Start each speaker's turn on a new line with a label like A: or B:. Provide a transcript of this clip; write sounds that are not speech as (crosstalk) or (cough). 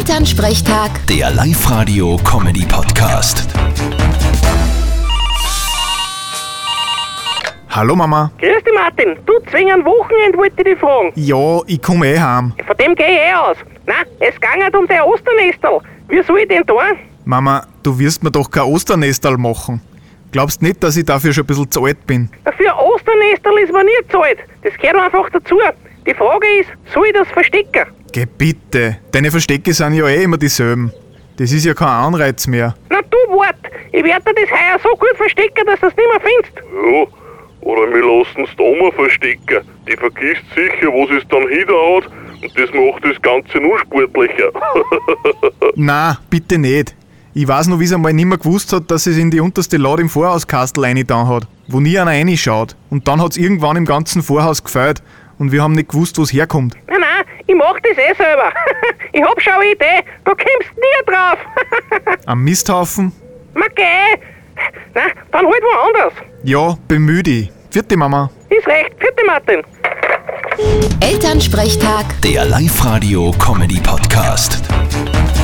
A: Elternsprechtag,
B: Der Live-Radio-Comedy-Podcast.
C: Hallo Mama.
D: Grüß dich, Martin. Du, zwingen am Wochenende wollte ich dich fragen.
C: Ja, ich komme eh heim.
D: Von dem gehe ich eh aus. Nein, es ging nicht um dein Osternestel. Wie soll ich denn da?
C: Mama, du wirst mir doch kein Osternestal machen. Glaubst nicht, dass ich dafür schon ein bisschen zu alt bin?
D: Für ein Osternestel ist man nie zahlt. Das gehört einfach dazu. Die Frage ist, soll ich das verstecken?
C: Geh bitte, deine Verstecke sind ja eh immer dieselben. Das ist ja kein Anreiz mehr.
D: Na du, wart. Ich werde dir das heuer so gut verstecken, dass du es nicht mehr findest.
E: Ja, oder wir lassen's da mal verstecken. Die vergisst sicher, was es dann hinhaut und das macht das Ganze nur sportlicher.
C: Na, bitte nicht. Ich weiß noch, wie es einmal nimmer gewusst hat, dass es in die unterste Lade im Vorhauskastel reingetan hat, wo nie einer reinschaut. Und dann hat's irgendwann im ganzen Vorhaus gefeiert und wir haben nicht gewusst, wo's herkommt.
D: Nein, nein, ich mach das eh selber. (laughs) ich hab schon eine Idee. Du kommst nie drauf. (laughs)
C: Am Misthaufen?
D: Ma geh. Na, dann halt woanders.
C: Ja, bemühe dich. Vierte Mama.
D: Ist recht. Vierte Martin.
A: Elternsprechtag.
B: Der Live-Radio-Comedy-Podcast.